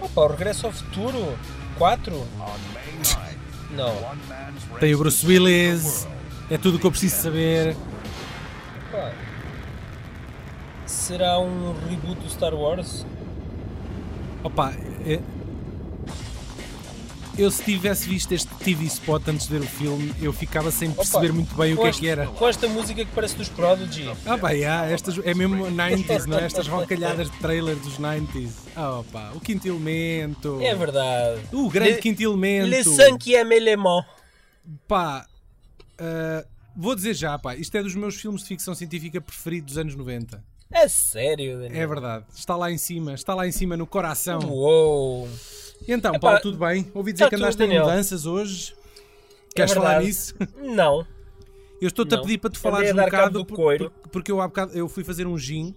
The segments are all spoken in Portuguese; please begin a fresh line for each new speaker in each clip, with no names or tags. Opa, o Regresso ao Futuro 4? Não.
Tem o Bruce Willis. É tudo o que eu preciso saber.
Opa. Será um reboot do Star Wars?
Opa, é- eu se tivesse visto este TV spot antes de ver o filme, eu ficava sem perceber muito bem o
com
que é
este-
que era.
Com esta música que parece dos Prodigy.
Ah, pá, yeah, estas, é mesmo 90s, não é? Estas roncalhadas de trailer dos 90s. Ah, opa, o Quinto Elemento.
É verdade.
O grande
Le-
Quinto Elemento.
Le sang qui aime les mots.
Pá, ah, vou dizer já, pá, isto é dos meus filmes de ficção científica preferidos dos anos 90.
É sério, Daniel.
É verdade, está lá em cima, está lá em cima no coração.
Uou.
Então,
Epá,
Paulo, tudo bem? Ouvi dizer
tá
que
tudo,
andaste em
Daniel.
mudanças hoje. Queres
É
falar
verdade.
nisso?
Não.
Eu estou-te a
Não.
pedir para te
Andei
falares
a
um
dar cabo
bocado
do
por-
coiro.
por- porque eu há bocado eu fui fazer um gin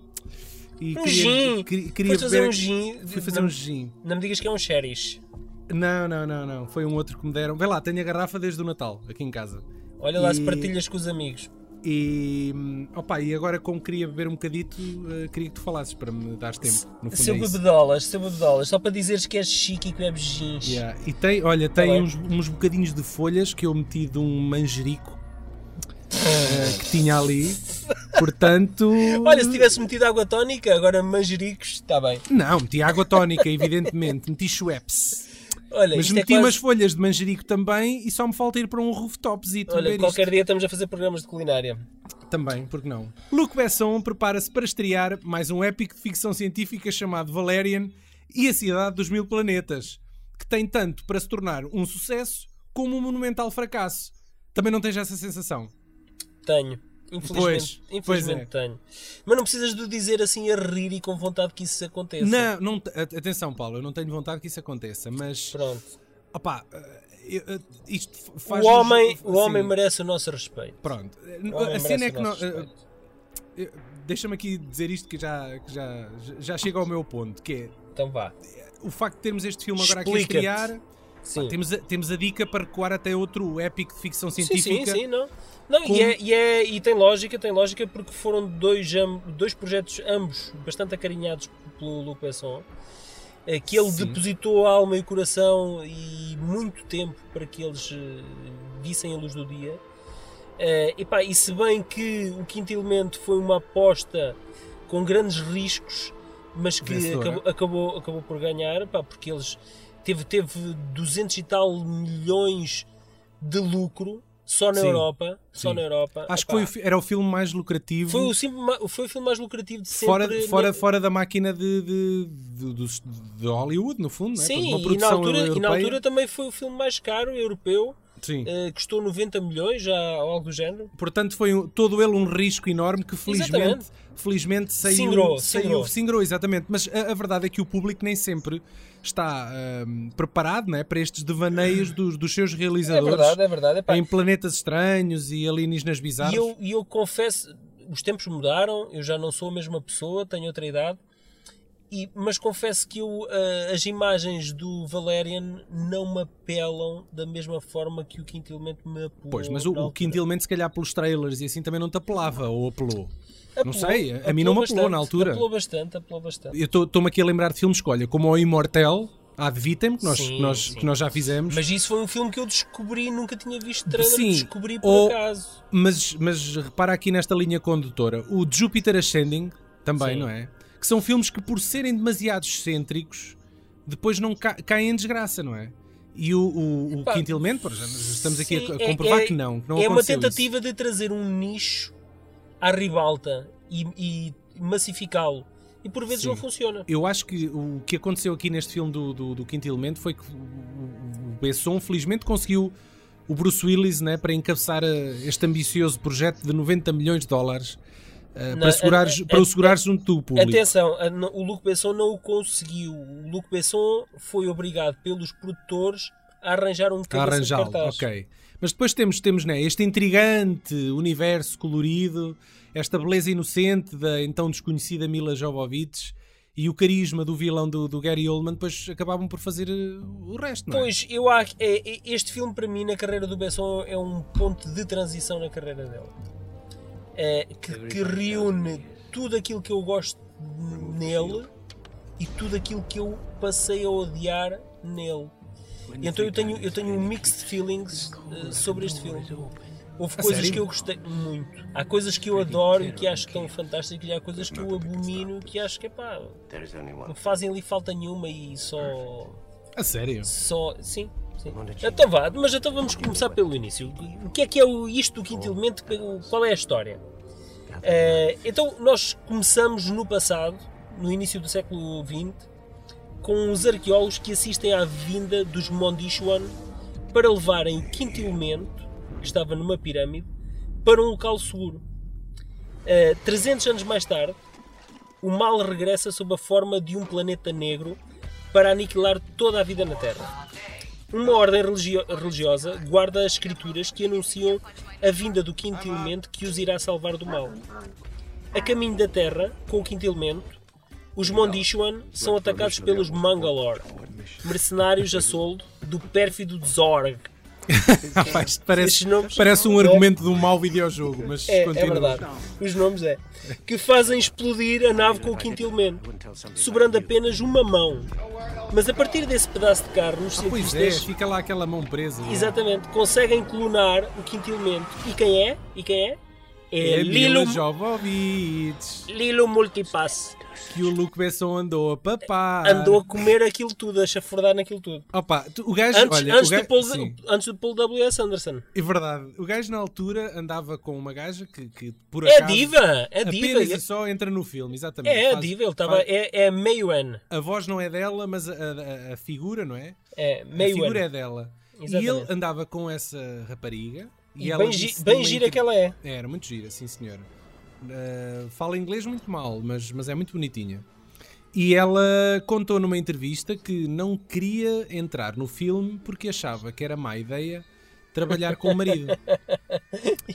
e
Um
queria,
gin?
queria, queria
Foste fazer
beber-
um gin.
Fui fazer
não,
um gin.
não me digas que é um xeris.
Não, não, não, não. Foi um outro que me deram. Vê lá, tenho a garrafa desde o Natal, aqui em casa.
Olha lá
E-
se partilhas com os amigos.
E hum, opa, e agora como queria beber um bocadito, eh, queria que tu falasses para me dares tempo. No fundo
Seu
é isso.
bebedolas, seu bebedolas. Só para dizeres que és chique e que bebes gins.
Yeah. E tem, olha, tem
Tá bem.
uns, uns bocadinhos de folhas que eu meti de um manjerico eh, que tinha ali. Portanto.
Olha, se tivesse metido água tónica, agora manjericos, está bem.
Não, meti água tónica, evidentemente, meti Schweppes.
Olha,
Mas
isto
meti
é
umas
quase...
folhas de manjerico também e só me falta ir para um rooftopzito
Olha,
beber
qualquer dia estamos a fazer programas de culinária.
isto. Também, porque não? Luc Besson prepara-se para estrear mais um épico de ficção científica chamado Valerian e a Cidade dos Mil Planetas, que tem tanto para se tornar um sucesso como um monumental fracasso. Também não tens essa sensação?
Tenho. Infelizmente,
Pois, é.
infelizmente tenho. Mas não precisas de o dizer assim a rir e com vontade que isso aconteça.
Não, não, te- a- atenção Paulo, eu não tenho vontade que isso aconteça, mas...
Pronto.
Opá, eh, eu- eh, isto
O
faz
homem, o homem merece o nosso respeito.
Pronto.
O homem
A
merece
cena é
o
que
nosso
não-
respeito.
Eu- Deixa-me aqui dizer isto que já, que já, já chega ao meu ponto, que é
Então vá.
o facto de termos este filme agora aqui a
Explica-te.
estrear,
Sim.
temos a, temos a dica para recuar até outro épico de ficção
Sim, sim,
científica.
sim, não. Não,
Como-
e, é, e, é- e tem lógica, tem lógica, porque foram dois, am- dois projetos, ambos bastante acarinhados pelo Luc Besson, eh, que ele
Sim.
depositou a alma e o coração e muito tempo para que eles eh, vissem a luz do dia. Eh, E, pá, e se bem que o Quinto Elemento foi uma aposta com grandes riscos, mas que
Vencedora.
acabou, acabou, acabou por ganhar, pá, porque eles teve, teve 200 e tal milhões de lucro só na
Sim.
Europa. Só
Sim.
na Europa.
Acho que
Epá,
foi o fi- era o filme mais lucrativo
foi o, sempre ma- foi o filme mais lucrativo de sempre.
fora, fora,
na-
fora da máquina de, de, de- dos- de Hollywood, no fundo, não é?
Sim,
uma
e na,
produção
altura, e na
europeia.
altura também foi o filme mais caro europeu,
Sim.
eh, custou 90 milhões, já ou algo do género.
Portanto, foi um- todo ele um risco enorme que felizmente,
Exatamente.
felizmente saiu,
Singrou,
saiu-
singrou.
singrou, exatamente. Mas a, a verdade é que o público nem sempre está ahm, preparado não é, para estes devaneios dos, dos seus
É
realizadores
verdade, é verdade. epá.
em planetas estranhos e alienígenas bizarros.
E eu, e eu confesso, os tempos mudaram, eu já não sou a mesma pessoa, tenho outra idade, e, mas confesso que eu, ah, as imagens do Valerian não me apelam da mesma forma que o Quinto Elemento me apelou.
Pois, mas o,
na
o
altura.
Quinto Elemento, se calhar pelos trailers e assim, também não te apelava ou apelou. não
Apelou,
sei, a mim não me apelou
bastante,
na altura.
Apelou bastante, apelou bastante.
Eu tô- estou-me aqui a lembrar de filmes, escolha, como o Immortel, Ad Vitem, que nós,
Sim,
que nós,
sim.
que nós já fizemos.
Mas isso foi um filme que eu descobri, nunca tinha visto trailer,
Sim,
descobri por
ou-
acaso.
Mas, mas repara aqui nesta linha condutora: o Jupiter Ascending, também,
Sim.
não é? Que são filmes que, por serem demasiado excêntricos, depois não ca- caem em desgraça, não é? E o, o, o
Pá,
Quinto Elemento, pô, já estamos aqui
Sim,
a
é-
comprovar
é-
que não, que não
é uma
aconteceu
tentativa de trazer um nicho à ribalta e, e massificá-lo. E por vezes
Sim.
não funciona.
isso. Eu acho que o que aconteceu aqui neste filme do, do, do Quinto Elemento foi que o- o o Besson, felizmente, conseguiu o Bruce Willis né, para encabeçar eh, este ambicioso projeto de 90 milhões de dólares eh,
Não,
para,
a-
segurar,
a-
para
a-
o segurar junto do público.
Atenção, a- não- o Luc Besson não o conseguiu. O Luc Besson foi obrigado pelos produtores a arranjar um
a
cabeça de
arranjá-lo,
cartaz.
ok. Mas depois temos, temos né, este intrigante universo colorido, esta beleza inocente da então desconhecida Mila Jovovich e o carisma do vilão do, do Gary Oldman depois acabavam por fazer eh, o resto, não é?
Pois, eu acho é, é- este filme para mim na carreira do Besson é um ponto de transição na carreira dela. É, que, que reúne tudo aquilo que eu gosto nele e tudo aquilo que eu passei a odiar nele. E então eu tenho, eu tenho um mixed feelings eh, sobre este filme. Houve
A
coisas
sério?
que eu gostei muito. Há coisas que eu adoro e que acho que são fantásticas e há coisas que eu abomino que acho que epá,
There is only one.
não fazem ali falta nenhuma e só.
A sério?
só sim, sim. Então vá, mas então vamos começar pelo início. O que é que é o- isto do quinto elemento? Qual é a história? Eh, então nós começamos no passado, no início do século XX, com uns arqueólogos que assistem à vinda dos Mondishuan para levarem o quinto elemento, que estava numa pirâmide, para um local seguro. Eh, 300 anos mais tarde, o mal regressa sob a forma de um planeta negro para aniquilar toda a vida na Terra. Uma ordem religio- religiosa guarda as escrituras que anunciam a vinda do quinto elemento que os irá salvar do mal. A caminho da Terra, com o quinto elemento, os Mondishuan são atacados pelos Mangalore, mercenários a soldo do pérfido Zorg.
Rapaz, isto parece,
Estes nomes-
parece um
É.
argumento de um mau videojogo, mas
É, é
continua.
verdade. Os nomes é. Que fazem explodir a nave com o quinto elemento, sobrando apenas uma mão. Mas a partir desse pedaço de carne, os
Pois é,
cientistas
fica lá aquela mão presa. não é?
exatamente, conseguem clonar o quinto elemento. E quem é? E quem é? É,
É
Lilo,
Mila Jovovich,
Lilo Multipass.
que o Luke Besson andou a papar.
Andou a comer aquilo tudo, a chafurdar naquilo tudo.
Opa, tu- o gajo,
Antes,
olha,
antes
o gajo,
do Paul,
sim,
antes do Paul W.S. Anderson.
é verdade. O gajo na altura andava com uma gaja que, que por
É
acaso...
diva! É diva!
Apenas
ele-
e só entra no filme, exatamente.
É, é
Faz-
diva, ele estava.
faz-
É, é Maywen.
A voz não é dela, mas a, a- a figura, não é?
É,
A figura
Maywen.
é dela. E
Exatamente.
ele andava com essa rapariga. E,
E
ela
bem, gi-
disse
bem
numa
gira que
entrevista-
ela é.
É, era muito gira, sim senhora. Uh, fala inglês muito mal, mas, mas é muito bonitinha. E ela contou numa entrevista que não queria entrar no filme porque achava que era má ideia trabalhar com o marido.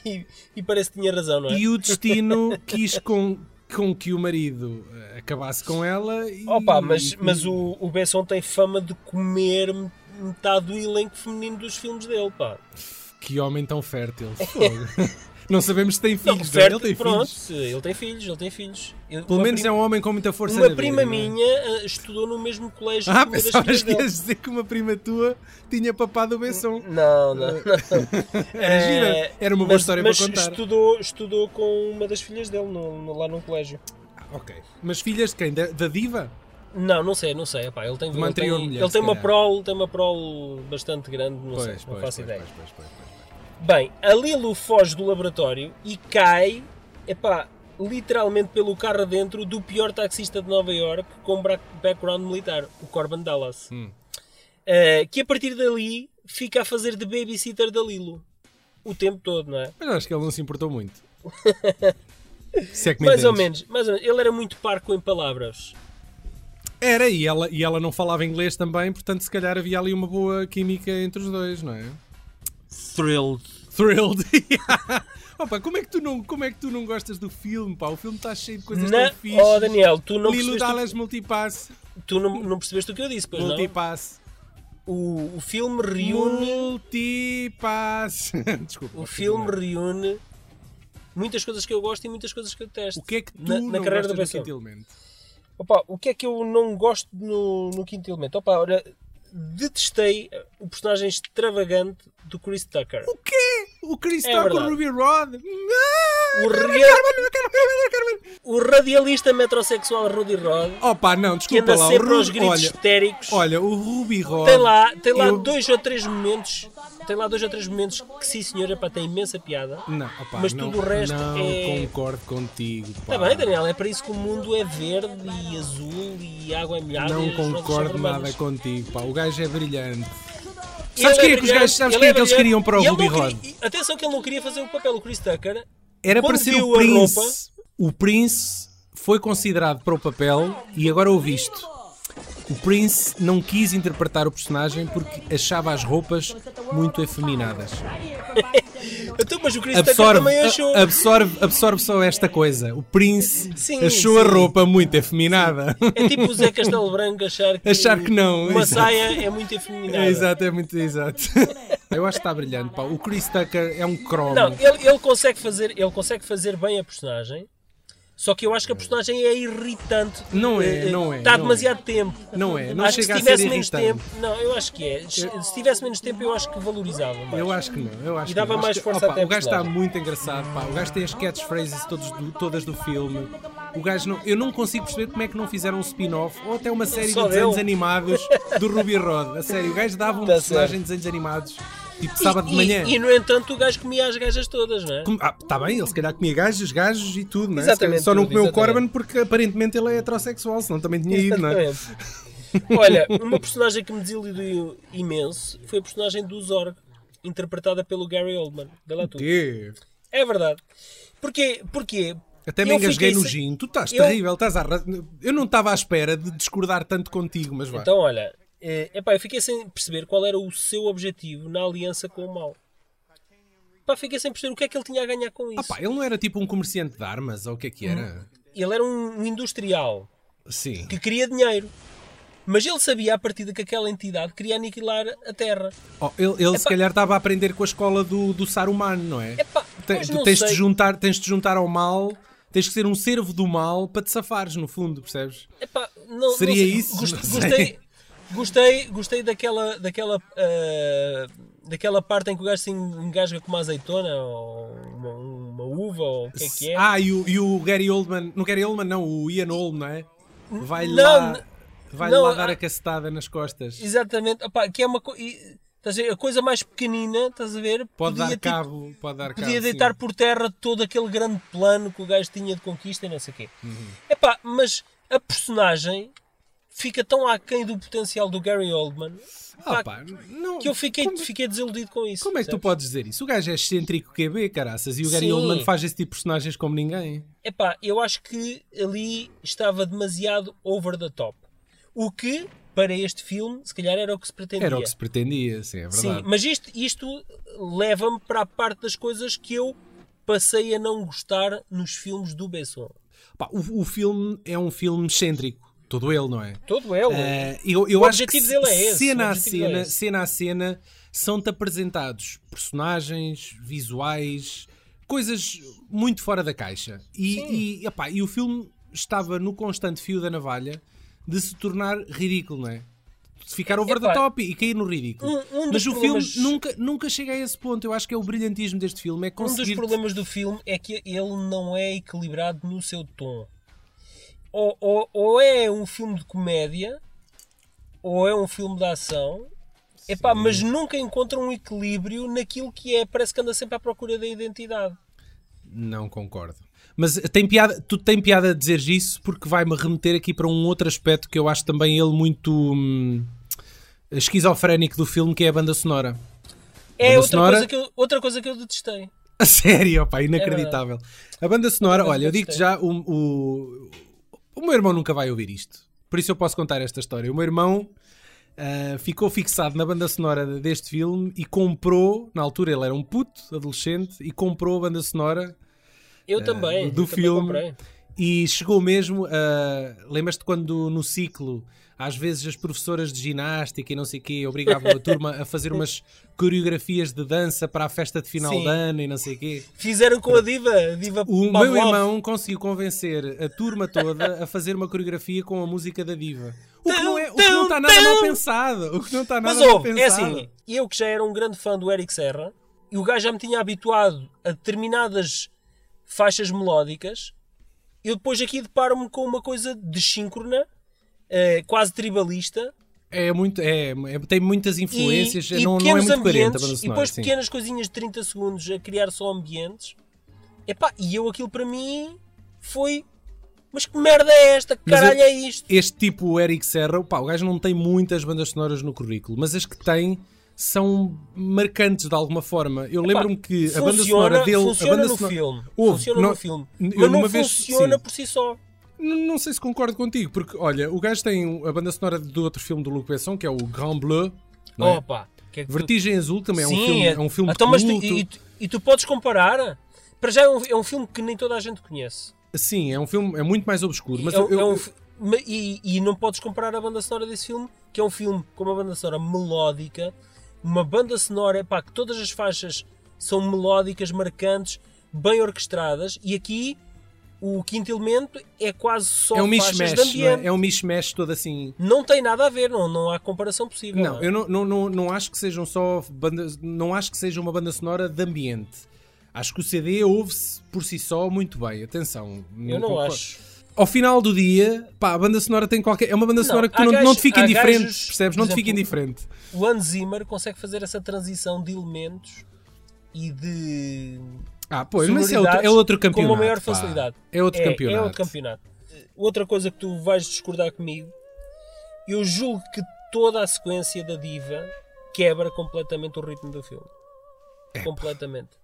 E, e parece que tinha razão, não é?
E o destino quis com, com que o marido uh, acabasse com ela. E,
Opa, mas,
e-
mas o, o Besson tem fama de comer me- metade do elenco feminino dos filmes dele, pá.
Que homem tão fértil. Fogo. não sabemos se tem
Não,
filhos. não é?
certo,
Ele tem
pronto,
filhos.
ele tem filhos, ele tem filhos. Eu-
Pelo
uma
menos
prima,
é um homem com muita força na
Uma
vida,
prima
não é?
minha ah, estudou no mesmo colégio
Ah,
que uma das
pensavas
filhas
que
dele.
ias dizer que uma prima tua tinha papado o Benção.
Não, não, não.
Era gira. Era uma boa
É, mas,
história
mas
para contar.
Estudou, estudou com uma das filhas dele no- no- lá no colégio.
Ok. Mas filhas de quem? Da, da diva?
Não, não sei, não sei. Epá, ele tem,
uma
ele tem,
anterior mulher,
ele
se
tem uma
calhar.
prol, tem uma prol bastante grande, não sei,
Pois,
não
pois,
faço
pois,
ideia.
pois, pois, pois, pois.
Bem, a Lilo foge do laboratório e cai, epá, literalmente pelo carro adentro do pior taxista de Nova York com bra- background militar, o Corbin Dallas.
Hum.
Eh, que a partir dali fica a fazer de babysitter da Lilo. O tempo todo, não é?
Mas acho que ele não se importou muito. Se é que me
Mais ou,
entendes.
menos, mais ou menos. Ele era muito parco em palavras.
Era, e ela, e ela não falava inglês também, portanto, se calhar havia ali uma boa química entre os dois, não é?
Thrilled.
Thrilled. Opa, como é, que tu não, como é que tu não gostas do filme, pá? O filme está cheio de coisas
Na...
tão fixes.
Oh, Daniel, tu não
Lilo
percebeste,
Dallas tipo. Multipass.
o- tu não, não percebeste o que eu disse, pois não?
Multipass.
O, o filme reúne.
Multipass. Desculpa.
O
vou
filme
continuar.
reúne muitas coisas que eu gosto e muitas coisas que eu detesto.
O que é que tu
na,
não
na carreira
gostas
do
do
Besson?
Quinto Elemento?
Opa, o que é que eu não gosto no, no Quinto Elemento? Opa, olha, detestei o personagem extravagante do Chris Tucker.
O quê? O Chris
É
toca o
verdade.
Ruby Rod? Ah,
O
Carmen,
real-
Carmen, Carmen, Carmen, Carmen.
O radialista metrosexual Rudy Rod,
Opa, não,
que
desculpa
anda
lá. O
sempre aos
Ruby,
gritos
olha,
histéricos.
olha, o Ruby Rod.
tem lá, tem lá
eu-
dois ou três momentos. Tem lá dois ou três momentos que, sim senhora, pá, tem imensa piada.
Não, opa,
mas
não,
tudo o resto
não
é.
concordo contigo. Pá.
Está bem, Daniel, é para isso que o mundo é verde e azul e a água é molhada. e
Não
as rosas são
concordo
vermelhas.
nada contigo, pá. O gajo é brilhante.
Ele
Sabes quem é que os
brilhante,
gajos- sabes
ele
quem é que eles
brilhante.
queriam para o
E ele
Ruby
não
Rod?
queria- Atenção que ele não queria fazer o papel. O Chris Tucker
Era
Quando
para ser o
viu a
Prince.
roupa-
O Prince foi considerado para o papel e agora ouvi isto. O Prince não quis interpretar o personagem porque achava as roupas muito efeminadas.
Então, mas o Chris Tucker
Absorve,
é também achou.
a- absorve, absorve só esta coisa. O Prince
Sim,
achou a
sim.
roupa muito efeminada.
É tipo o Zé Castelo Branco achar que,
Achar que não,
uma
exato.
saia é muito efeminada.
É, exato, é muito exato. Eu acho que está brilhante, pá. O Chris Tucker é um cromo.
Não, ele, ele consegue fazer, ele consegue fazer bem a personagem, Só que eu acho que a personagem é irritante.
Não é, não é,
Está
não
demasiado tempo.
Não é, não
acho que se
chega a ser
tivesse menos
irritante.
tempo. Não, eu acho que é. Se tivesse menos tempo, eu acho que valorizava mais.
Eu acho que não, eu acho
E dava
que não.
mais
Acho que-
força
opa,
até a
O gajo está
personagem.
muito engraçado, pá. O gajo tem as catchphrases todos do- todas do filme. O gajo não, eu não consigo perceber como é que não fizeram um spin-off ou até uma série
Só
de desenhos
eu.
animados do Ruby Rod. A sério, o gajo dava um
Tá
personagem
certo.
de desenhos animados tipo
E-
sábado de
e-
manhã.
E, no entanto, o gajo comia as gajas todas, não é?
Com- Ah, tá bem, ele se calhar comia gajos, gajos e tudo, não é?
Exatamente,
Se calhar Só não
tudo,
comeu o
exatamente.
Corban porque aparentemente ele é heterossexual, senão também tinha ido, não é?
Exatamente. Olha, uma personagem que me desiludiu imenso foi a personagem do Zorg, interpretada pelo Gary Oldman. Vê lá tu.
Quê?
É verdade. Porquê? Porquê?
Até me
Eu
engasguei
fiquei
no
sem-
gin. Tu estás
Eu-
terrível, estás a... arra- Eu não estava à espera de discordar tanto contigo, mas vá.
Então, olha, eh, epá, eu fiquei sem perceber qual era o seu objetivo na aliança com o mal. Pá, fiquei sem perceber o que é que ele tinha a ganhar com isso.
Ah pá, ele não era tipo um comerciante de armas ou o que é que era?
Ele era um industrial
Sim.
que queria dinheiro. Mas ele sabia à partida que aquela entidade queria aniquilar a Terra.
Oh, ele ele se
Epá.
calhar estava a aprender com a escola do, do Saruman, não é?
Epá,
Te-
pois
tu
não
tens
sei.
de juntar, tens de juntar ao mal, tens de ser um servo do mal para te safares, no fundo, percebes?
Epá, não- não
Seria
sei.
isso?
Gost-
Não sei.
gostei, gostei, gostei daquela, daquela, ah, daquela parte em que o gajo se engasga com uma azeitona ou uma, uma uva ou o que é que é.
Ah, e o, e o Gary Oldman, no Gary Oldman não, o Ian Oldman, não é? Vai
Não,
lá,
n-
vai
não,
lá
ah-
dar a cacetada nas costas.
Exatamente, Opá, que é uma co- e, estás a ver, a coisa mais pequenina, estás a ver?
Pode dar
tipo,
cabo, pode dar cabo.
podia
sim.
deitar por terra todo aquele grande plano que o gajo tinha de conquista e não sei o quê.
Uhum.
Epá, mas a personagem fica tão aquém do potencial do Gary Oldman pá,
Ah, pá, não,
que eu fiquei,
como-
fiquei desiludido com isso.
Como é que tu
percebes?
podes dizer isso? O gajo é excêntrico QB, caraças, e o Gary
Sim.
Oldman faz esse tipo de personagens como ninguém.
Epá, eu acho que ali estava demasiado over the top. O que, para este filme, se calhar era o que se pretendia.
Era o que se pretendia, sim, é
Sim,
verdade.
mas isto, isto leva-me para a parte das coisas que eu passei a não gostar nos filmes do Besson.
Pá, o, o filme é um filme excêntrico, todo ele, não é?
Todo ele.
Eh, eu eu
O
acho que
objetivo dele é esse,
cena
o
a
objetivo dele
cena,
é esse.
cena a cena, são-te apresentados personagens, visuais, coisas muito fora da caixa. E, e, epá, e o filme estava no constante fio da navalha de se tornar ridículo, não é? De ficar over the
Epá,
top e cair no ridículo.
um- um
Mas
dos
o filme
problemas-
nunca, nunca chega a esse ponto. Eu acho que é o brilhantismo deste filme. É
um dos
conseguir
problemas do filme é que ele não é equilibrado no seu tom. Ou, ou- ou é um filme de comédia, ou é um filme de ação. Epá, mas nunca encontra um equilíbrio naquilo que é. Parece que anda sempre à procura da identidade.
Não concordo. Mas tem piada, tu tem piada a dizeres isso porque vai-me remeter aqui para um outro aspecto que eu acho também ele muito hum, esquizofrénico do filme, que é a banda sonora.
É
Banda
outra,
sonora?
coisa que eu, outra coisa que eu detestei.
A sério, pá, inacreditável. a banda sonora, olha, eu digo-te já, o, o, o meu irmão nunca vai ouvir isto. Por isso eu posso contar esta história. O meu irmão ah, ficou fixado na banda sonora de- deste filme e comprou, na altura ele era um puto, adolescente, e comprou a banda sonora
Eu também.
É, do
É, eu também
filme.
comprei.
E chegou mesmo a. Lembras-te quando no ciclo, às vezes as professoras de ginástica e não sei o quê obrigavam a turma a fazer umas coreografias de dança para a festa de final
Sim.
de ano e não sei o quê?
Fizeram com a diva, a diva
O
Pavlov.
meu irmão conseguiu convencer a turma toda a fazer uma coreografia com a música da diva. O que não, é, o que não está nada mal pensado. O que não está nada
Mas
mal
ouve, é
pensado.
assim, eu que já era um grande fã do Eric Serra, e o gajo já me tinha habituado a determinadas faixas melódicas, eu depois aqui deparo-me com uma coisa desíncrona, eh, quase tribalista,
É muito, é, é- tem muitas
e,
influências.
e
não, não é
pequenos
muito coerente a
ambientes,
banda
e
sonora.
depois
sim.
pequenas coisinhas de 30 segundos a criar só ambientes. Epá, e eu aquilo para mim foi... Mas que merda é esta? Que
Mas eu-
caralho é isto?
este tipo, o Eric Serra, pá, o gajo não tem muitas bandas sonoras no currículo, mas as que tem são marcantes de alguma forma. Eu lembro-me que a banda sonora dele.
funciona
a banda
no
sonora-
filme.
Ouve,
funciona
não-
no filme.
eu
Mas não
uma vez-
funciona
sim.
por si só.
N- Não sei se concordo contigo, porque olha, o gajo tem a banda sonora do outro filme do Luc Besson, que é o Grand Bleu. não é?
Opa! que é que tu-
Vertigem Azul também é um
Sim,
filme, é um filme
então,
de
mas tu-
culto.
e, tu- e tu podes comparar? Para já é um, é um filme que nem toda a gente conhece.
Sim, é um filme é muito mais obscuro, mas
É um-
eu-
é um
eu-
fi- ma- e, e não podes comparar a banda sonora desse filme, que é um filme com uma banda sonora melódica, uma banda sonora, pá, que todas as faixas são melódicas, marcantes, bem orquestradas, e aqui O quinto elemento é quase só
é um
faixas
mishmash,
de
não
ambiente.
é? É um mishmash todo assim.
Não tem nada a ver, não, não há comparação possível.
Não, eu não, não, não, não acho que sejam só banda, não acho que seja uma banda sonora de ambiente. Acho que o CD ouve-se por si só muito bem. Atenção,
Eu não
concordo.
acho.
Ao final do dia, pá, a banda sonora tem qualquer. É uma banda sonora que tu
há
não, não te
gajos-
fica
há
indiferente,
gajos,
percebes? Não
por
te fica
exemplo,
indiferente.
O Hans Zimmer consegue fazer essa transição de elementos e de
Ah, pois, mas é outro,
sonoridades
é outro campeonato.
com uma maior
pá.
facilidade.
É outro campeonato.
é outro campeonato. Outra coisa que tu vais discordar comigo, eu julgo que toda a sequência da diva quebra completamente o ritmo do filme. Completamente.
É,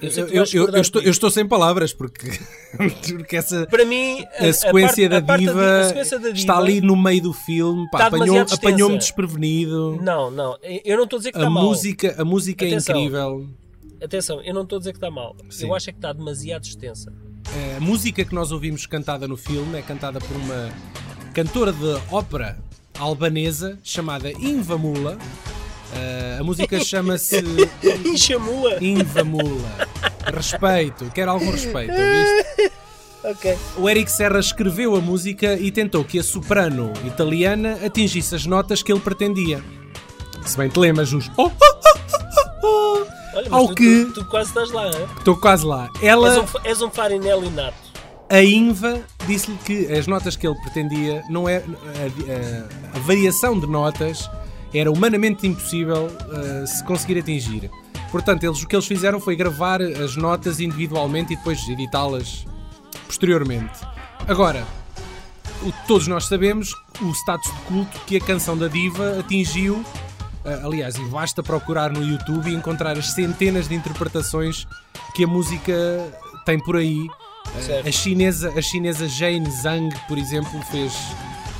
Eu,
sei que tu vais
eu- eu- eu
discordar
estou,
comigo.
eu estou sem palavras porque, porque essa
Para mim,
a, sequência,
parte- a
da
parte
diva
a sequência da
está
diva-
ali no meio do filme, pá,
Está
apanhou-
demasiado
apanhou-me
extensa.
desprevenido.
Não, não, eu não estou a dizer que
A
está mal.
música, a música é
Tá Atenção.
incrível.
Atenção, eu não estou a dizer que está mal.
Sim.
Eu acho é que está demasiado extensa.
É, A música que nós ouvimos cantada no filme é cantada por uma cantora de ópera albanesa chamada Inva Mula. Eh, a música chama-se
Enxamula!
Inva Mula. Respeito, quero algum respeito. ouviste?
Ok.
O Eric Serra escreveu a música e tentou que a soprano italiana atingisse as notas que ele pretendia. Se bem te lembras, os. Oh, oh, oh, oh, oh.
Olha, mas
Ao
tu,
que-
tu, tu quase estás lá, hein?
Estou quase lá. Ela.
És um, fa- és um farinelli nato.
A Inva disse-lhe que as notas que ele pretendia não é a, a- a variação de notas era humanamente impossível uh, se conseguir atingir. Portanto, eles o que eles fizeram foi gravar as notas individualmente e depois editá-las posteriormente. Agora, o- todos nós sabemos o status de culto que a canção da diva atingiu. Ah, aliás, e basta procurar no YouTube e encontrar as centenas de interpretações que a música tem por aí. Ah,
Certo.
a chinesa, a chinesa Jane Zhang, por exemplo, fez,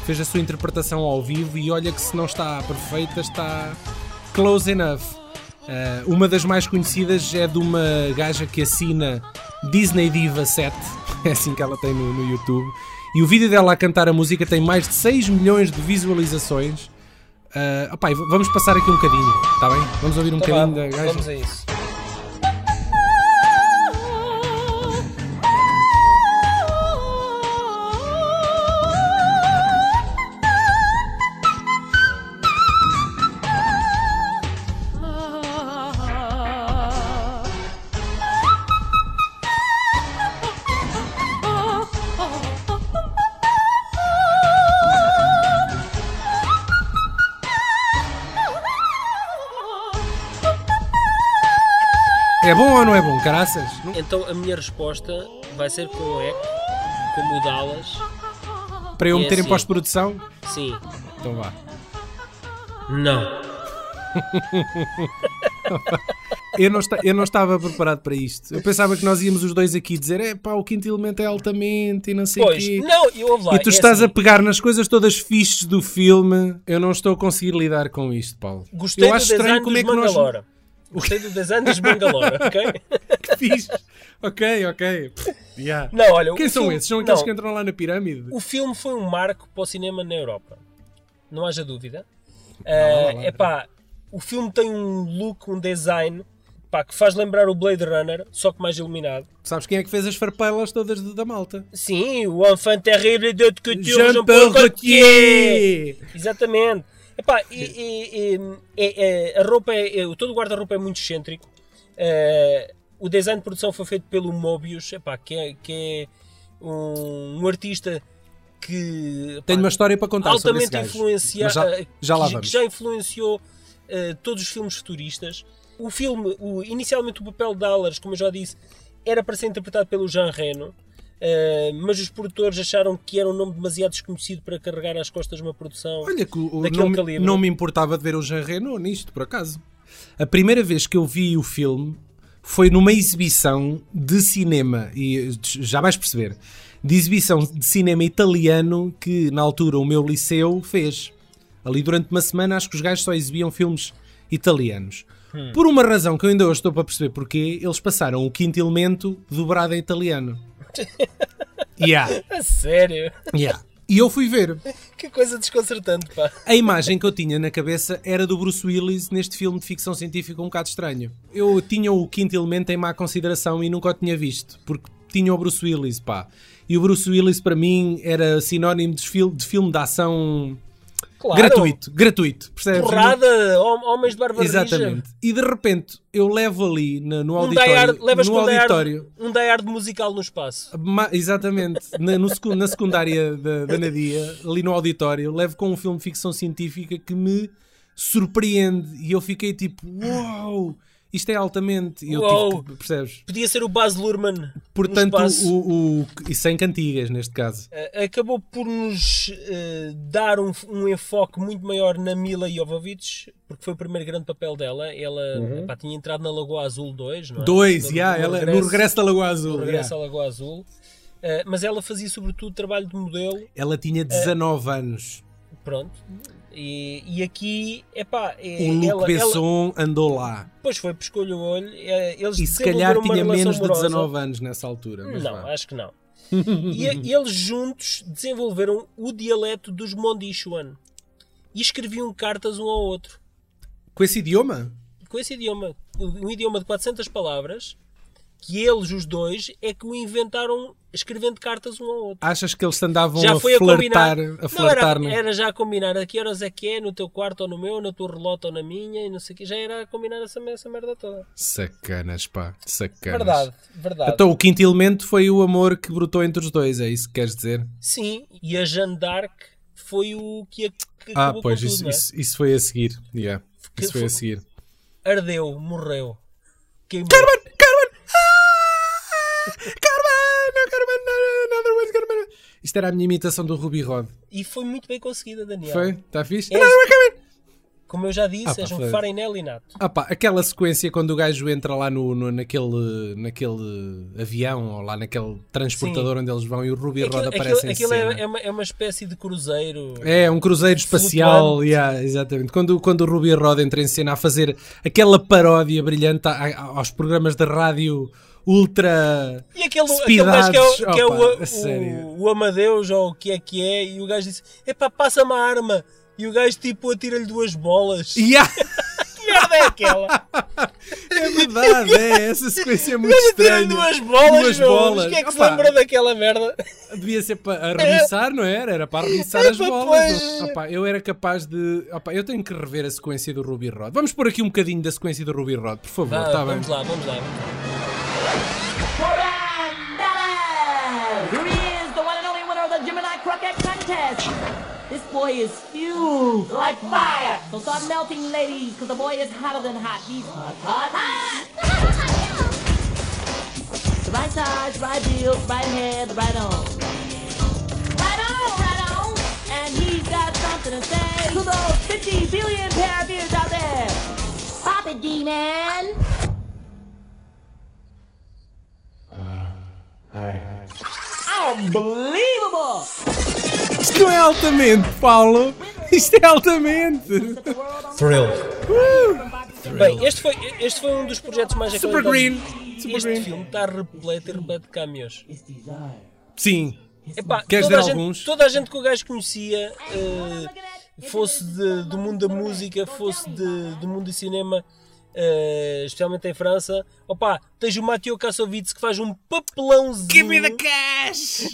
fez a sua interpretação ao vivo e olha que se não está perfeita, está close enough. Ah, uma das mais conhecidas é de uma gaja que assina Disney Diva 7, é assim que ela tem no, no YouTube. E o vídeo dela a cantar a música tem mais de 6 milhões de visualizações. Ah, opá, e v- vamos passar aqui um bocadinho, está bem? Vamos ouvir um
Então vá,
bocadinho da gaja.
vamos a isso.
É bom ou não é bom, caraças? Não-
Então a minha resposta vai ser com o Eco, como o Dallas.
Para eu
É
meter em
assim.
pós-produção?
Sim.
Então vá.
Não.
Eu não, esta- eu não estava preparado para isto. Eu pensava que nós íamos os dois aqui dizer: é pá, o quinto elemento é altamente e não sei o
Pois,
quê.
não, eu ouve lá.
E tu
é
estás
assim,
a pegar nas coisas todas fixes do filme. Eu não estou a conseguir lidar com isto, Paulo.
Gostei
eu
do
acho estranho
design
como
dos
é que nós.
Mangalora. Gostei do design dos Mangalora, ok?
Que fixe. Ok, ok. Yeah.
Não, olha. o
Quem são
filme-
esses? São aqueles
não,
que entram lá na pirâmide?
O filme foi um marco para o cinema na Europa. Não haja dúvida.
lá,
É
lá.
epá, o filme tem um look, um design pá, que faz lembrar o Blade Runner, só que mais iluminado.
Sabes quem é que fez as farpelas todas de- da malta?
Sim, o Enfant Terrible de Haute Couture,
Jean-Paul Gaultier!
Exatamente. Epá, e, e- e- é- é- a roupa é, é- todo o guarda-roupa é muito excêntrico. Eh, o design de produção foi feito pelo Mobius, epá, que é, que é um, um artista que epá,
Tenho uma história para contar sobre esse
altamente
gajo.
influencia,
Mas já,
eh,
já lá
que,
vamos.
que já influenciou eh, todos os filmes futuristas. O filme, o- inicialmente o papel de Allers, como eu já disse, era para ser interpretado pelo Jean Reno, eh, mas os produtores acharam que era um nome demasiado desconhecido para carregar às costas uma produção.
Olha, que o-
daquele
não, me-
calibre.
não me importava de ver o Jean Reno nisto, por acaso. A primeira vez que eu vi o filme foi numa exibição de cinema, e já vais perceber, de exibição de cinema italiano que na altura o meu liceu fez. Ali durante uma semana acho que os gajos só exibiam filmes italianos.
Hum.
Por uma razão que eu ainda hoje estou para perceber porquê, eles passaram o quinto elemento dobrado em italiano. yeah,
A sério?
yeah. E eu fui ver.
Que coisa desconcertante, pá.
A imagem que eu tinha na cabeça era do Bruce Willis neste filme de ficção científica um bocado estranho. Eu tinha o quinto elemento em má consideração e nunca o tinha visto, porque tinha o Bruce Willis, pá. E o Bruce Willis, para mim, era sinónimo de filme de, filme de ação
Claro.
gratuito. Gratuito, percebes?
Porrada, hom- homens de barba rija.
Exatamente. E de repente, eu levo ali na- no
Um die
auditório.
hard, levas
no
com um die hard-
auditório.
um die hard musical no espaço.
Ma- exatamente, na, no secu- na secundária da, da Nadia, ali no auditório, levo com um filme de ficção científica que me surpreende e eu fiquei tipo, uau, isto é altamente. E eu
Uau.
tive, que- percebes?
Podia ser o Baz Luhrmann.
Portanto,
no espaço.
o, o, e sem cantigas neste caso.
Eh, acabou por nos eh, dar um, um enfoque muito maior na Mila Jovovich, porque foi o primeiro grande papel dela. Ela epá, tinha entrado na Lagoa Azul 2, não é?
Uhum.
No-
Dois, yeah,
no
ela,
regresso-
no regresso da Lagoa
no
Azul.
regresso
yeah.
à Lagoa Azul. Eh, mas ela fazia sobretudo trabalho de modelo,
Ela
É.
tinha 19 anos.
pronto. E, e aqui, epá, é,
O Luke
ela, ela
Um Besson andou lá.
depois foi por escolha o olho. eh, Eles
E se calhar
desenvolveram uma
tinha
relação
menos de
amorosa.
19 anos nessa altura. Mas
Não, é.
vá.
acho que não. e, e eles juntos desenvolveram o dialeto dos Mondishuan e escreviam cartas um ao outro
Com esse idioma?
com esse idioma, um idioma de 400 palavras que eles os dois é que o inventaram escrevendo cartas um ao outro.
Achas que eles se andavam
Já
a
foi a combinar.
flertar? A
não, era,
flertar no-
era já a combinar a que horas é que é, no teu quarto ou no meu, na tua relota ou na minha, e não sei o que. Já era a combinar essa, essa merda toda.
Sacanas, pá, sacanas.
Verdade, verdade.
Então o quinto elemento foi o amor que brotou entre os dois, é isso que queres dizer?
Sim, e a Jeanne d'Arc foi o que, a, que
Ah,
acabou
pois,
com tudo,
isso,
não é?
isso, isso foi a seguir. Yeah.
Que
Isso foi
foi-
a seguir.
ardeu, morreu. Queimou.
Carmen! Ah! Carmen! Oh, Carmen! no, Another one, Carmen! Isto era a minha imitação do Ruby Rod.
E foi muito bem conseguida, Daniel.
Foi? Está fixe?
É-
Another one, Carmen!
Como eu já disse,
Ah, pá,
és um
foi.
farinel inato.
Ah pá, aquela sequência quando o gajo entra lá no, no- naquele, naquele avião ou lá naquele transportador onde eles vão e o Ruby Rod
Aquilo,
aparece
aquilo-
em
aquilo
cena.
é, é uma, é uma espécie de cruzeiro.
É, um cruzeiro espacial,
Flutuante.
yeah, exatamente. Quando, quando o Ruby Rod entra em cena a fazer aquela paródia brilhante a- a- aos programas de rádio ultra.
E aquele, aquele
Speedados,
gajo que é, o- que é
opa,
o,
a sério.
o, o Amadeus ou o que é que é, e o gajo disse: Epá, passa-me a arma. E o gajo tipo atira-lhe duas bolas.
Yeah,
Que merda é aquela?
é verdade, é, essa sequência é muito
Atira-lhe
estranha.
duas bolas,
Duas
meu.
bolas.
Mas quem é que se
Opa,
lembra daquela merda?
Devia ser para arremessar, não era? Era para arremessar as
Epá,
bolas.
pois.
Opa, eu era capaz de. opa, eu tenho que rever a sequência do Ruby Rod. Vamos pôr aqui um bocadinho da sequência do Ruby Rod, por favor.
Vá,
tá bem.
Ah, vamos lá, vamos lá.
Brandon! Here he is, the one and only winner of the Gemini Croquette Contest! This boy is fused like fire! So start melting, ladies, because the boy is hotter than hot. He's hot, hot, hot! right sides, right heels, right hands, right on. Right on, right on! And he's got something to say to those 50 billion pair of ears out there! Pop it, D-Man! Unbelievable!
Isto não é altamente, Paulo. Isto é altamente.
Thrill. Bem, este foi, este foi um dos projetos mais
Super
acalentados.
Green. Super
Este
Green.
filme está repleto e repleto de cameos.
Sim.
Epá,
Queres
toda,
ver
a gente,
alguns?
toda a gente que o gajo conhecia, eh, fosse de- do mundo da música, fosse de- do mundo do cinema, eh, especialmente em França. Opá, tens o Mathieu Kassovitz que faz um papelãozinho.
cash!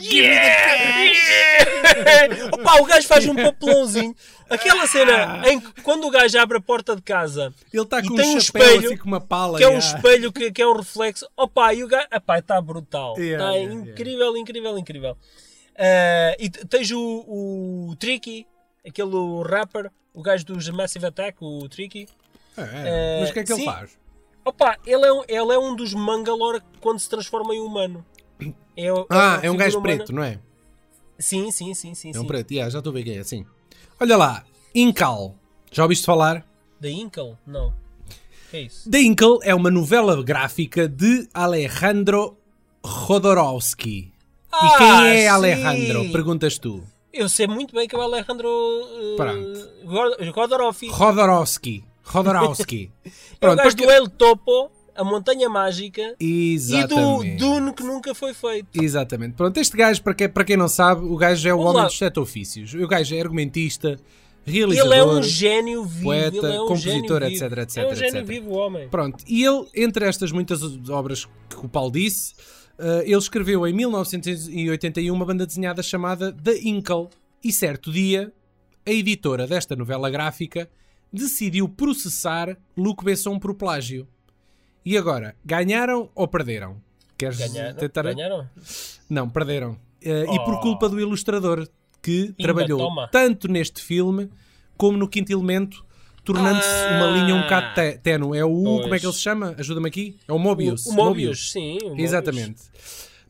Opá, o gajo faz um papelãozinho. Aquela cena em que quando o gajo abre a porta de casa
Ele está
e
com
tem
um
um
chapéu
espelho,
assim com uma pala.
que é um
yeah.
espelho que, que é um reflexo. Opa, e o gajo. Epá, está brutal. Está
Yeah, yeah, yeah.
incrível, incrível, incrível. Ah, e te- tens o, o Tricky, aquele rapper, o gajo dos Massive Attack, o Tricky.
É, é. Mas o que é que ele
sim.
faz?
Opa, ele é, um- ele é um dos Mangalore quando se transforma em humano. É o-
Ah,
uma
é um
figura
gajo
humana.
preto, não é?
Sim, sim, sim, sim.
É um
sim.
preto, yeah, já estou a ver quem é, sim. Olha lá, Incal. Já ouviste falar?
Da Inkle? Não. É isso.
The Inkle é uma novela gráfica de Alejandro Rodorowski. e
Ah,
quem é
sim.
Alejandro? Perguntas tu.
Eu sei muito bem que é o Alejandro eh,
Pronto.
Gor- Jodorowsky.
Rodorowski. Rodorowski.
É o
Pronto,
gajo
depois
do El Topo, a Montanha Mágica
Exatamente.
e do Dune que nunca foi feito.
Exatamente. Pronto, este gajo, para quem, para quem não sabe, o gajo é o
Vamos
homem
lá.
dos sete ofícios. O gajo é argumentista,
Ele
realizador.
é um gênio vivo,
poeta,
ele é um
compositor,
gênio vivo.
etc, etc,
É um gênio
etc.
vivo o homem.
Pronto, e ele, entre estas muitas obras que o Paulo disse, Uh, ele escreveu em 1981 uma banda desenhada chamada The Inkle e certo dia a editora desta novela gráfica decidiu processar Luc Besson por plágio. E agora, ganharam ou perderam? Queres
Ganharam?
tentar?
Ganharam?
Não, perderam. Uh, E por
Oh.
culpa do ilustrador que trabalhou
toma.
tanto neste filme como no Quinto Elemento, tornando-se
Ah.
uma linha um bocado te- tenue. É o.
Pois.
Como é que ele se chama? Ajuda-me aqui? É o
O,
Mobius.
o Mobius, sim. o Mobius.
Exatamente.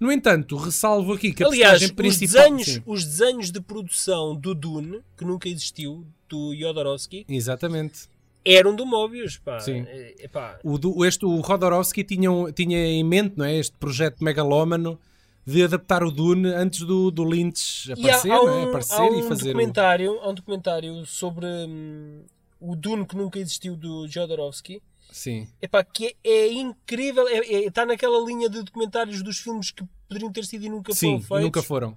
No entanto, ressalvo aqui que é a
Aliás,
personagem
os
principal.
desenhos,
Sim,
os desenhos de produção do Dune, que nunca existiu, do Jodorowsky,
Exatamente.
eram do Mobius, pá.
Sim.
É- é pá.
O, do- este, o Rodorowski tinha, um- tinha em mente não é, este projeto megalómano de adaptar o Dune antes do, do Lynch
E há-
aparecer,
há,
não é?
um,
aparecer
há um
e fazer. o-
documentário, há um documentário sobre hum, o Dune que nunca existiu do Jodorowsky.
Sim.
Epá, que é, é incrível, é- é- está naquela linha de documentários dos filmes que poderiam ter sido e nunca
Sim,
foram feitos.
nunca foram.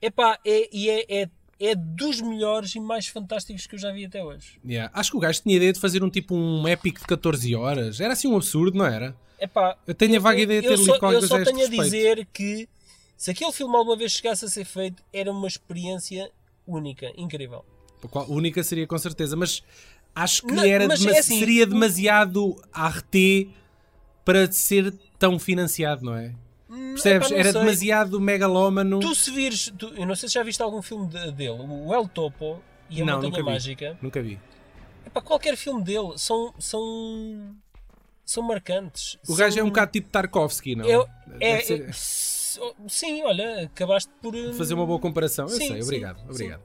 Epá, é, e é, é, é dos melhores e mais fantásticos que eu já vi até hoje.
Yeah. Acho que o gajo tinha a ideia de fazer um tipo um épico de 14 horas. Era assim um absurdo, não era?
Epá,
Eu tenho a vaga ideia de ter
eu só,
lido qualquer
eu
coisa
só
a este
tenho a
respeito.
dizer que se aquele filme alguma vez chegasse a ser feito, era uma experiência única, incrível.
A qual- a única seria com certeza, mas acho que
Não,
era
mas
dema-
é assim,
seria
o-
demasiado RT para ser tão financiado, não é?
Hum, Epá,
Percebes?
não
era
sei.
demasiado megalómano.
Tu se vires, tu- eu não sei se já viste algum filme de- dele, o El Topo e a
Não, nunca
Montanha
vi.
Mágica.
Nunca vi.
Epá, qualquer filme dele são são são marcantes.
O
São-
gajo é um bocado tipo Tarkovsky, não?
Eu-
Deve
é,
ser-
é- so- sim, olha, acabaste por hum,
fazer uma boa comparação. Eu
Sim,
sei,
sim,
obrigado,
sim.
obrigado.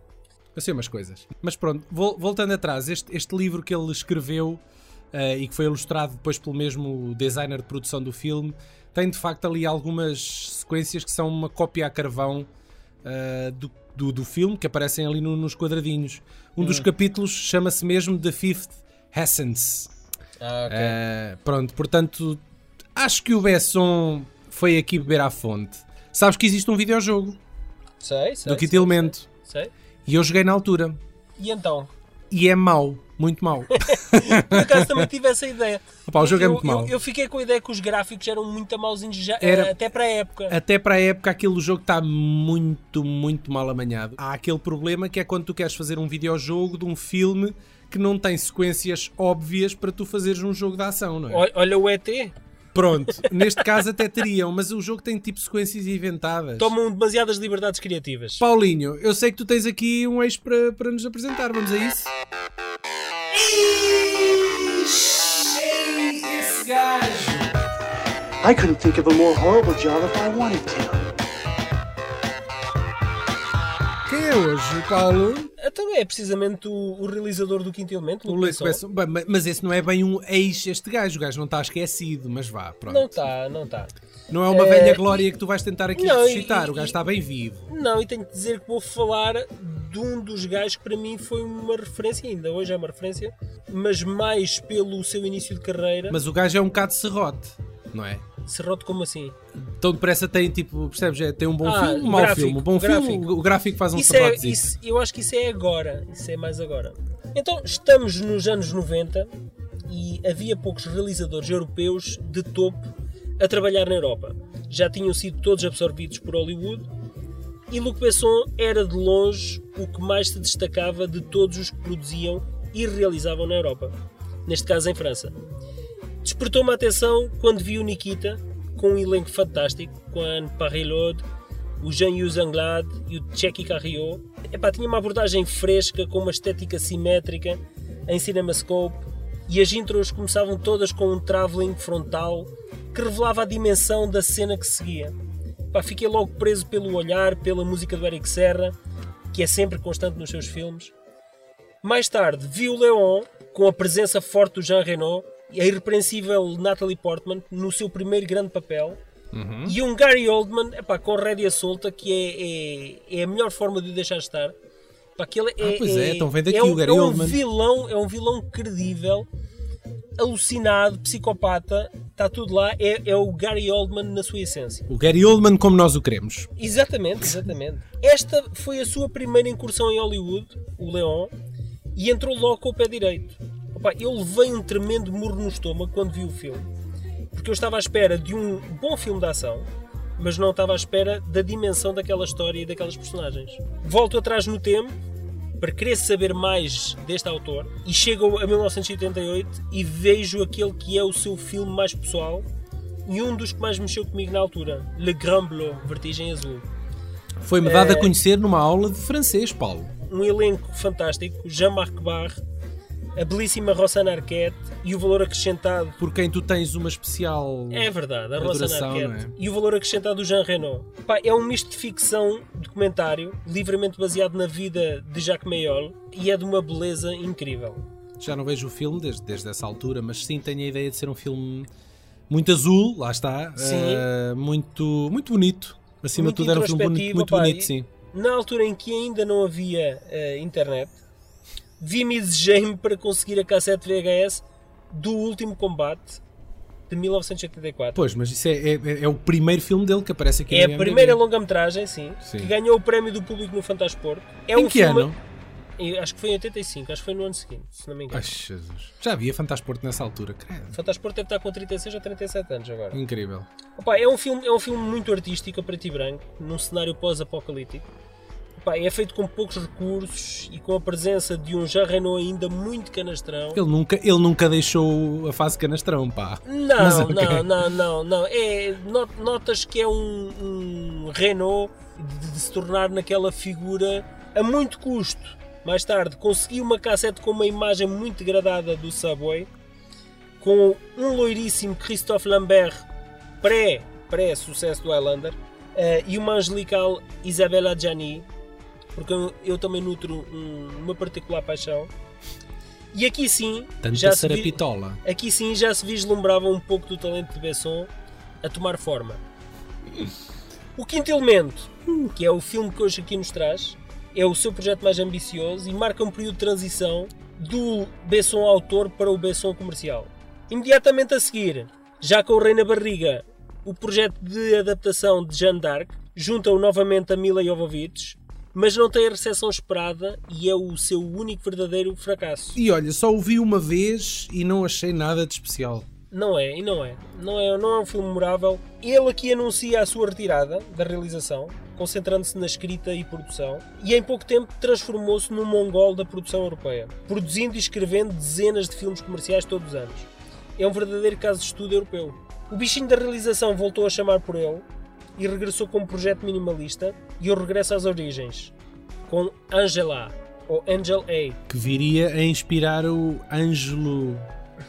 Eu sei umas coisas. Mas pronto, vol- voltando atrás, este, este livro que ele escreveu eh, e que foi ilustrado depois pelo mesmo designer de produção do filme, tem de facto ali algumas sequências que são uma cópia a carvão eh, do, do, do filme, que aparecem ali no- nos quadradinhos. Um
Hum.
dos capítulos chama-se mesmo The Fifth Essence.
Ah, ok.
Eh, pronto, portanto, acho que o Besson foi aqui beber à fonte. Sabes que existe um videojogo
sei, sei.
do Quinto
sei,
Elemento.
sei, sei.
E eu joguei na altura.
E então,
E é mau, muito mau.
por acaso também tive essa ideia.
Opa, o jogo é
eu,
muito
eu-
mau.
Eu, fiquei com a ideia que os gráficos eram muito mauzinhos já, eh,
Era-
até para a época.
Até para a época, aquele jogo está muito, muito mal amanhado. Há aquele problema que é quando tu queres fazer um videojogo de um filme que não tem sequências óbvias para tu fazeres um jogo de ação, não é?
Ol- Olha o ET,
Pronto, neste caso até teriam, mas o jogo tem tipo sequências inventadas.
tomam um demasiadas liberdades criativas.
Paulinho, eu sei que tu tens aqui um ex para, para nos apresentar, vamos a isso?
I couldn't think of a more horrible job if I wanted to.
Quem é hoje, Paulo?
Então é precisamente o, o realizador do Quinto Elemento,
O
Luke
Luís
Besson.
Besson. Bem, ma- mas esse não é bem um ex, este gajo. O gajo não está esquecido, mas vá, pronto.
Não
Não,
está, não tá. está.
é uma velha glória que tu vais tentar aqui
Não, e-
ressuscitar. o
e-
gajo está bem vivo.
Não, e tenho que dizer que vou falar de um dos gajos que para mim foi uma referência, ainda hoje é uma referência, mas mais pelo seu início de carreira.
Mas o gajo é um bocado serrote, não é?
Serrote como assim?
Então depressa tem tipo, percebes? É, tem um bom
Ah,
filme, um mau
gráfico,
filme. Um bom filme,
gráfico.
o- o gráfico faz um
Isso é,
serrote.
isso- eu acho que isso é agora, isso é mais agora. Então, estamos nos anos 90 e havia poucos realizadores europeus de topo a trabalhar na Europa. Já tinham sido todos absorvidos por Hollywood e Luc Besson era de longe o que mais se destacava de todos os que produziam e realizavam na Europa, neste caso em França. Despertou-me a atenção quando vi o Nikita com um elenco fantástico, com a Anne Parillode, o Jean-Yves Anglade e o Checky Carriot. Epá, tinha uma abordagem fresca, com uma estética simétrica, em cinemascope, e as intros começavam todas com um travelling frontal que revelava a dimensão da cena que seguia. Epá, fiquei logo preso pelo olhar, pela música do Eric Serra, que é sempre constante nos seus filmes. Mais tarde, vi o Leon, com a presença forte do Jean Reno e a irrepreensível Natalie Portman no seu primeiro grande papel.
Uhum.
E um Gary Oldman epá, com rédea solta, que é, é- é a melhor forma de o deixar estar. Epá, que ele
Ah, pois é, então vem daqui
é um,
o Gary
é um
Oldman.
Vilão, é um vilão credível, alucinado, psicopata, está tudo lá. É, é o Gary Oldman na sua essência.
O Gary Oldman, como nós o queremos.
Exatamente, exatamente. Esta foi a sua primeira incursão em Hollywood, o Leon, e entrou logo com o pé direito. Opa, eu levei um tremendo murro no estômago quando vi o filme, porque eu estava à espera de um bom filme de ação, mas não estava à espera da dimensão daquela história e daquelas personagens. Volto atrás no tempo para querer saber mais deste autor e chego a 1988 e vejo aquele que é o seu filme mais pessoal e um dos que mais mexeu comigo na altura, Le Grand Bleu, Vertigem Azul.
Foi-me
É.
dado a conhecer numa aula de francês, Paulo.
um elenco fantástico, Jean-Marc Barre, a belíssima Rossana Arquette e o valor acrescentado
Por quem tu tens uma especial.
é verdade, a Rossana
Adoração,
Arquette
não é?
e o valor acrescentado do Jean Reno. Pá, é um misto de ficção, documentário, livremente baseado na vida de Jacques Mayol e é de uma beleza incrível.
Já não vejo o filme desde, desde essa altura, mas sim tenho a ideia de ser um filme muito azul, lá está.
Sim.
eh, muito, muito bonito. Acima
Muito
de tudo, era um filme bonito,
introspectivo,
muito
pá,
bonito,
e-
sim.
Na altura em que ainda não havia eh, internet, vi-me e exigei-me para conseguir a cassete VHS do último combate de 1984.
Pois, mas isso é, é- é o primeiro filme dele que aparece aqui
É
no
a
IMDb.
primeira longa-metragem, sim,
Sim.
que ganhou o prémio do público no Fantasporto. É
Em
um
que
filme-
ano?
Eu Acho que foi em 85, acho que foi no ano seguinte, se não me engano.
Ai, Jesus. Já havia Fantasporto nessa altura, credo.
O Fantasporto deve estar com 36 ou 37 anos agora.
Incrível.
Opa, é, um filme, é um filme muito artístico, a preto e branco, num cenário pós-apocalíptico. Opa, É feito com poucos recursos e com a presença de um Jean Reno ainda muito canastrão.
Ele nunca, ele nunca deixou a fase canastrão, pá.
Não,
Mas, ok.
não, não, não, não. É, not- notas que é um, um Renault de, de se tornar naquela figura a muito custo. Mais tarde consegui uma cassete com uma imagem muito degradada do Subway, com um loiríssimo Christophe Lambert, pré- pré-sucesso do Highlander, eh, e uma angelical Isabella Gianni, porque eu, eu também nutro um- uma particular paixão. E aqui sim,
Tanta
já se vi-
sarapitola.
Aqui sim já se vislumbrava um pouco do talento de Besson a tomar forma. O quinto elemento, que é o filme que hoje aqui nos traz, é o seu projeto mais ambicioso e marca um período de transição do Besson autor para o Besson comercial. Imediatamente a seguir, já com o rei na barriga, o projeto de adaptação de Jeanne d'Arc junta-o novamente a Mila Jovovich, mas não tem a recepção esperada e é o seu único verdadeiro fracasso.
E olha, só o vi uma vez e não achei nada de especial.
Não é, e não é. Não é, não é um filme memorável. Ele aqui anuncia a sua retirada da realização, concentrando-se na escrita e produção, e em pouco tempo transformou-se num mongol da produção europeia, produzindo e escrevendo dezenas de filmes comerciais todos os anos. É um verdadeiro caso de estudo europeu. O bichinho da realização voltou a chamar por ele e regressou com um projeto minimalista e o regresso às origens, com Angela, ou Angel A.
Que viria a inspirar o Ângelo,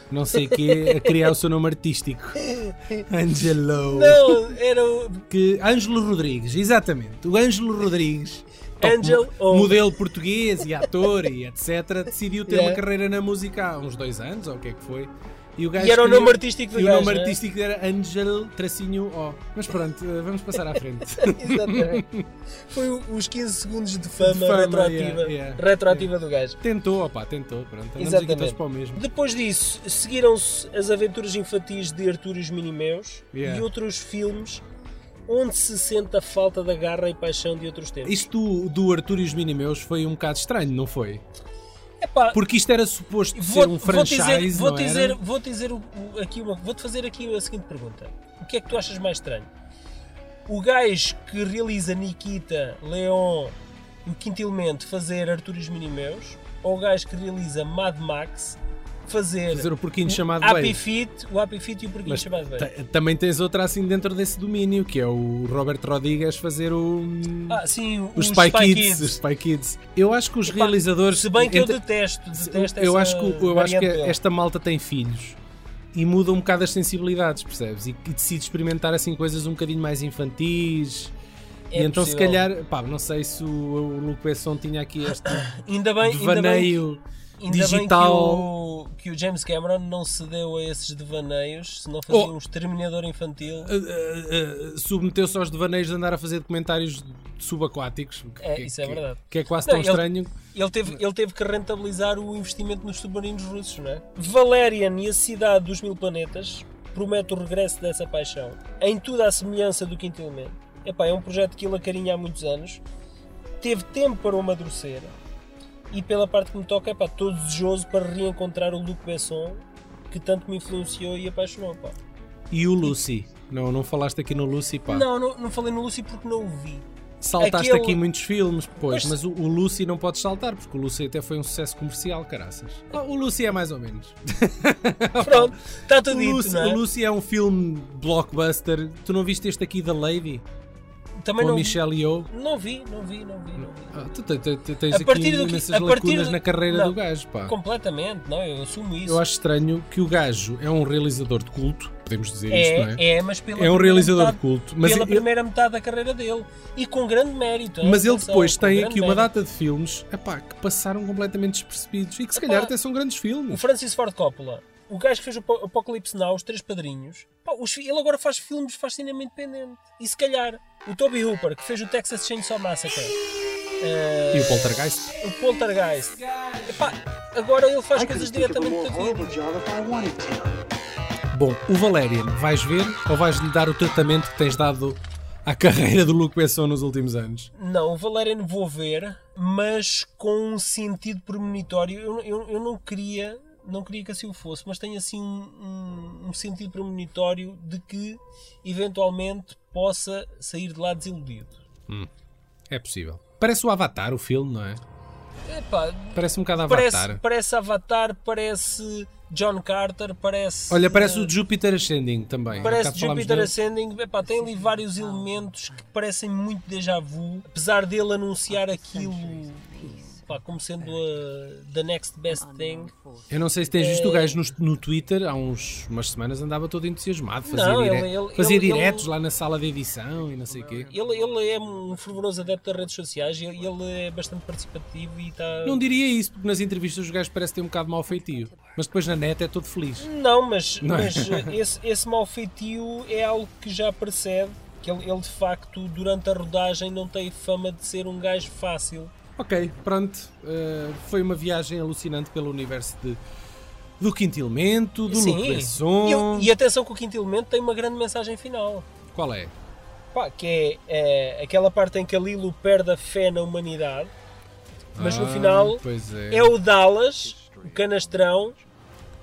não sei quê, a criar o seu nome artístico. Angelo.
Não, era o
Que, Ângelo Rodrigues, exatamente. O Ângelo Rodrigues, top
Angel
mo-
O.
modelo português e ator e etc, decidiu ter
Yeah.
uma carreira na música há uns dois anos, ou o que é que foi. E, o gajo
E era o
escolheu-
nome artístico do
E o
gajo,
nome
né?
artístico era Angel Tracinho O. Mas pronto, eh, vamos passar à frente.
Exatamente. Foi o- os 15 segundos de fama,
De fama,
retroativa,
yeah, yeah,
retroativa do gajo.
tentou, opá, tentou, pronto. Andamos aqui todos
Exatamente.
para o mesmo.
Depois disso, seguiram-se as aventuras infantis de Arturo e os Minimeus
Yeah.
e outros filmes onde se sente a falta da garra e paixão de outros tempos.
Isto do, do Arthur e os Minimeus foi um bocado estranho, não foi?
Epá,
Porque isto era suposto
vou,
ser um
vou
franchise,
dizer, vou
não
dizer,
era?
vou dizer o- o- aqui uma, vou-te fazer aqui a seguinte pergunta. O que é que tu achas mais estranho? O gajo que realiza Nikita, Leon, o quinto elemento, fazer Arthur e os Minimeus, ou o gajo que realiza Mad Max, fazer,
Fazer o porquinho chamado
Hum, Happy
Wave.
Fit, o Happy Fit e o porquinho
Mas
chamado Wave.
ta- também tens outra assim dentro desse domínio, que é o Roberto Rodrigues fazer o...
Ah, sim, o,
os
o
Spy, Kids, Os Spy Kids. Eu acho que os realizadores...
Se bem que eu
entre-
detesto, detesto
eu
essa
acho que, eu acho que
variante dele.
esta malta tem filhos e muda um bocado as sensibilidades, percebes? E, e decide experimentar assim coisas um bocadinho mais infantis.
É
e então, se
possível.
calhar, pá, não sei se o, o Luke Besson tinha aqui este
ainda bem, ainda bem
devaneio
Ainda
digital.
Bem que, o, que o James Cameron não cedeu a esses devaneios, se não fazia
Oh.
um exterminador infantil.
Uh, uh, uh, Submeteu-se aos devaneios de andar a fazer documentários subaquáticos. que-
É,
que-
isso é
que-
verdade.
Que é quase
Não,
tão
ele-
estranho.
Ele teve, ele teve que rentabilizar o investimento nos submarinos russos, não é? Valerian e a Cidade dos Mil Planetas promete o regresso dessa paixão, em tudo à semelhança do Quinto Elemento. Epá, é um projeto que ele acarinha há muitos anos, teve tempo para o amadurecer, e pela parte que me toca, epá, estou desejoso para reencontrar o Luc Besson, que tanto me influenciou e apaixonou, pá.
E o Lucy. Não, não falaste aqui no Lucy, pá.
Não, não, não falei no Lucy porque não o vi.
Saltaste
aquele-
aqui em muitos filmes, pois,
Mas-
mas o, o Lucy não podes saltar, porque o Lucy até foi um sucesso comercial, caraças. Ah, O Lucy é mais ou menos.
Pronto, está
O
tudo dito,
Ah, Lucy,
não é?
o Lucy é um filme blockbuster. Tu não viste este aqui da Lady?
Também
Com a
não,
Michelle Yeoh?
não vi, não vi, não vi. Não vi.
Ah, tu te- te- te- tens
A
aqui
partir do que-
imensas
a partir
lacunas
do-
na carreira
não.
do gajo, pá.
Completamente, não, é? eu assumo isso.
Eu acho estranho que o gajo é um realizador de culto, podemos dizer isto, não é?
é, é, mas pela
É um
primeira
realizador
metade-
de culto, mas
pela
ele-
primeira metade da carreira dele e com grande mérito. hein?
Mas ele
Atenção,
depois
é com
tem
grande
aqui uma
mérito.
data de filmes epá, que passaram completamente despercebidos e que se
Epá,
calhar até são grandes
O
filmes.
Francis Ford Coppola, o gajo que fez o Apo- Apocalipse Now, Os Três Padrinhos, pá, os fi- ele agora faz filmes, faz cinema independente. E se calhar o Toby Hooper, que fez o Texas Chainsaw Massacre,
E o Poltergeist.
o Poltergeist, epá, agora ele faz
I
coisas
couldn't think of a
diretamente
more
da vida.
horrible job if I wanted to.
Bom, o Valerian, vais ver ou vais-lhe dar o tratamento que tens dado à carreira do Luke Besson nos últimos anos?
Não, o Valerian vou ver, mas com um sentido premonitório. Eu, eu, eu não queria não queria que assim o fosse, mas tenho assim um, um- um sentido premonitório de que eventualmente possa sair de lá desiludido.
É possível. Parece o Avatar, o filme, não é?
Epá,
Parece um bocado
parece,
Avatar.
parece Avatar, parece John Carter, parece.
Olha, parece o Júpiter Ascending também. Há
Parece
bocado falámos
Jupiter
dele.
Ascending, Epá, tem ali vários elementos que parecem muito déjà vu, apesar dele anunciar aquilo pá, como sendo a the next best thing.
Eu não sei se tens
É.
visto o gajo no, no Twitter, há uns, umas semanas andava todo entusiasmado, fazia,
Não, ele-
dire-
ele-
fazia
ele-
diretos
ele-
lá na sala de edição e não sei o quê.
Ele, ele é um fervoroso adepto das redes sociais e ele, ele é bastante participativo e tá- está.
Não diria isso, porque nas entrevistas os gajos parecem ter um bocado mau feitio, mas depois na net é todo feliz.
Não, mas,
Não é?
mas eh, esse, esse mau feitio é algo que já precede. Que ele, ele de facto, durante a rodagem, não tem fama de ser um gajo fácil.
Ok, pronto, eh, foi uma viagem alucinante pelo universo de, do Quinto Elemento, do é Luke
E
Besson.
eu- E, atenção que o quinto elemento tem uma grande mensagem final.
Qual é?
Pá, que é, é, aquela parte em que a Lilo perde a fé na humanidade, mas no
Ah,
final
pois é.
é o Dallas, o canastrão,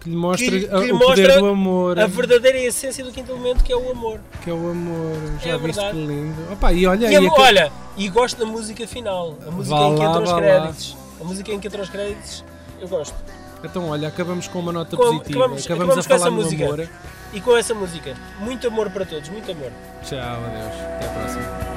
que lhe mostra
que lhe-
ah,
que lhe
o
mostra
poder do amor,
a verdadeira essência do quinto elemento que é o amor.
que é o amor. Já
É
viste
verdade.
que lindo. Opa, e olha,
E
É, e
a-
aquele-
olha, e gosto da música final, a música
Vá
em que
lá,
entra os
vá lá.
créditos. A música em que entra os créditos, eu gosto.
Então, olha, acabamos com uma nota
Com-
positiva. Acabamos, a falar do amor.
E com essa música, muito amor para todos, muito amor.
Tchau, adeus. Até a próxima.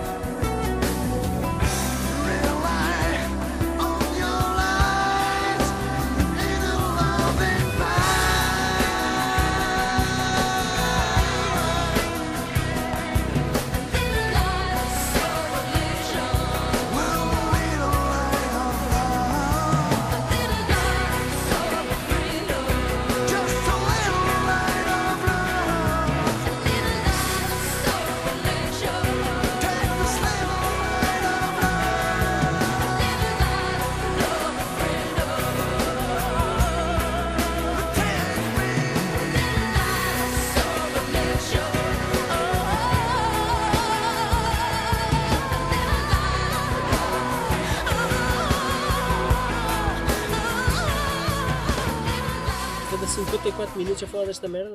Cada 54 minutos a falar desta merda.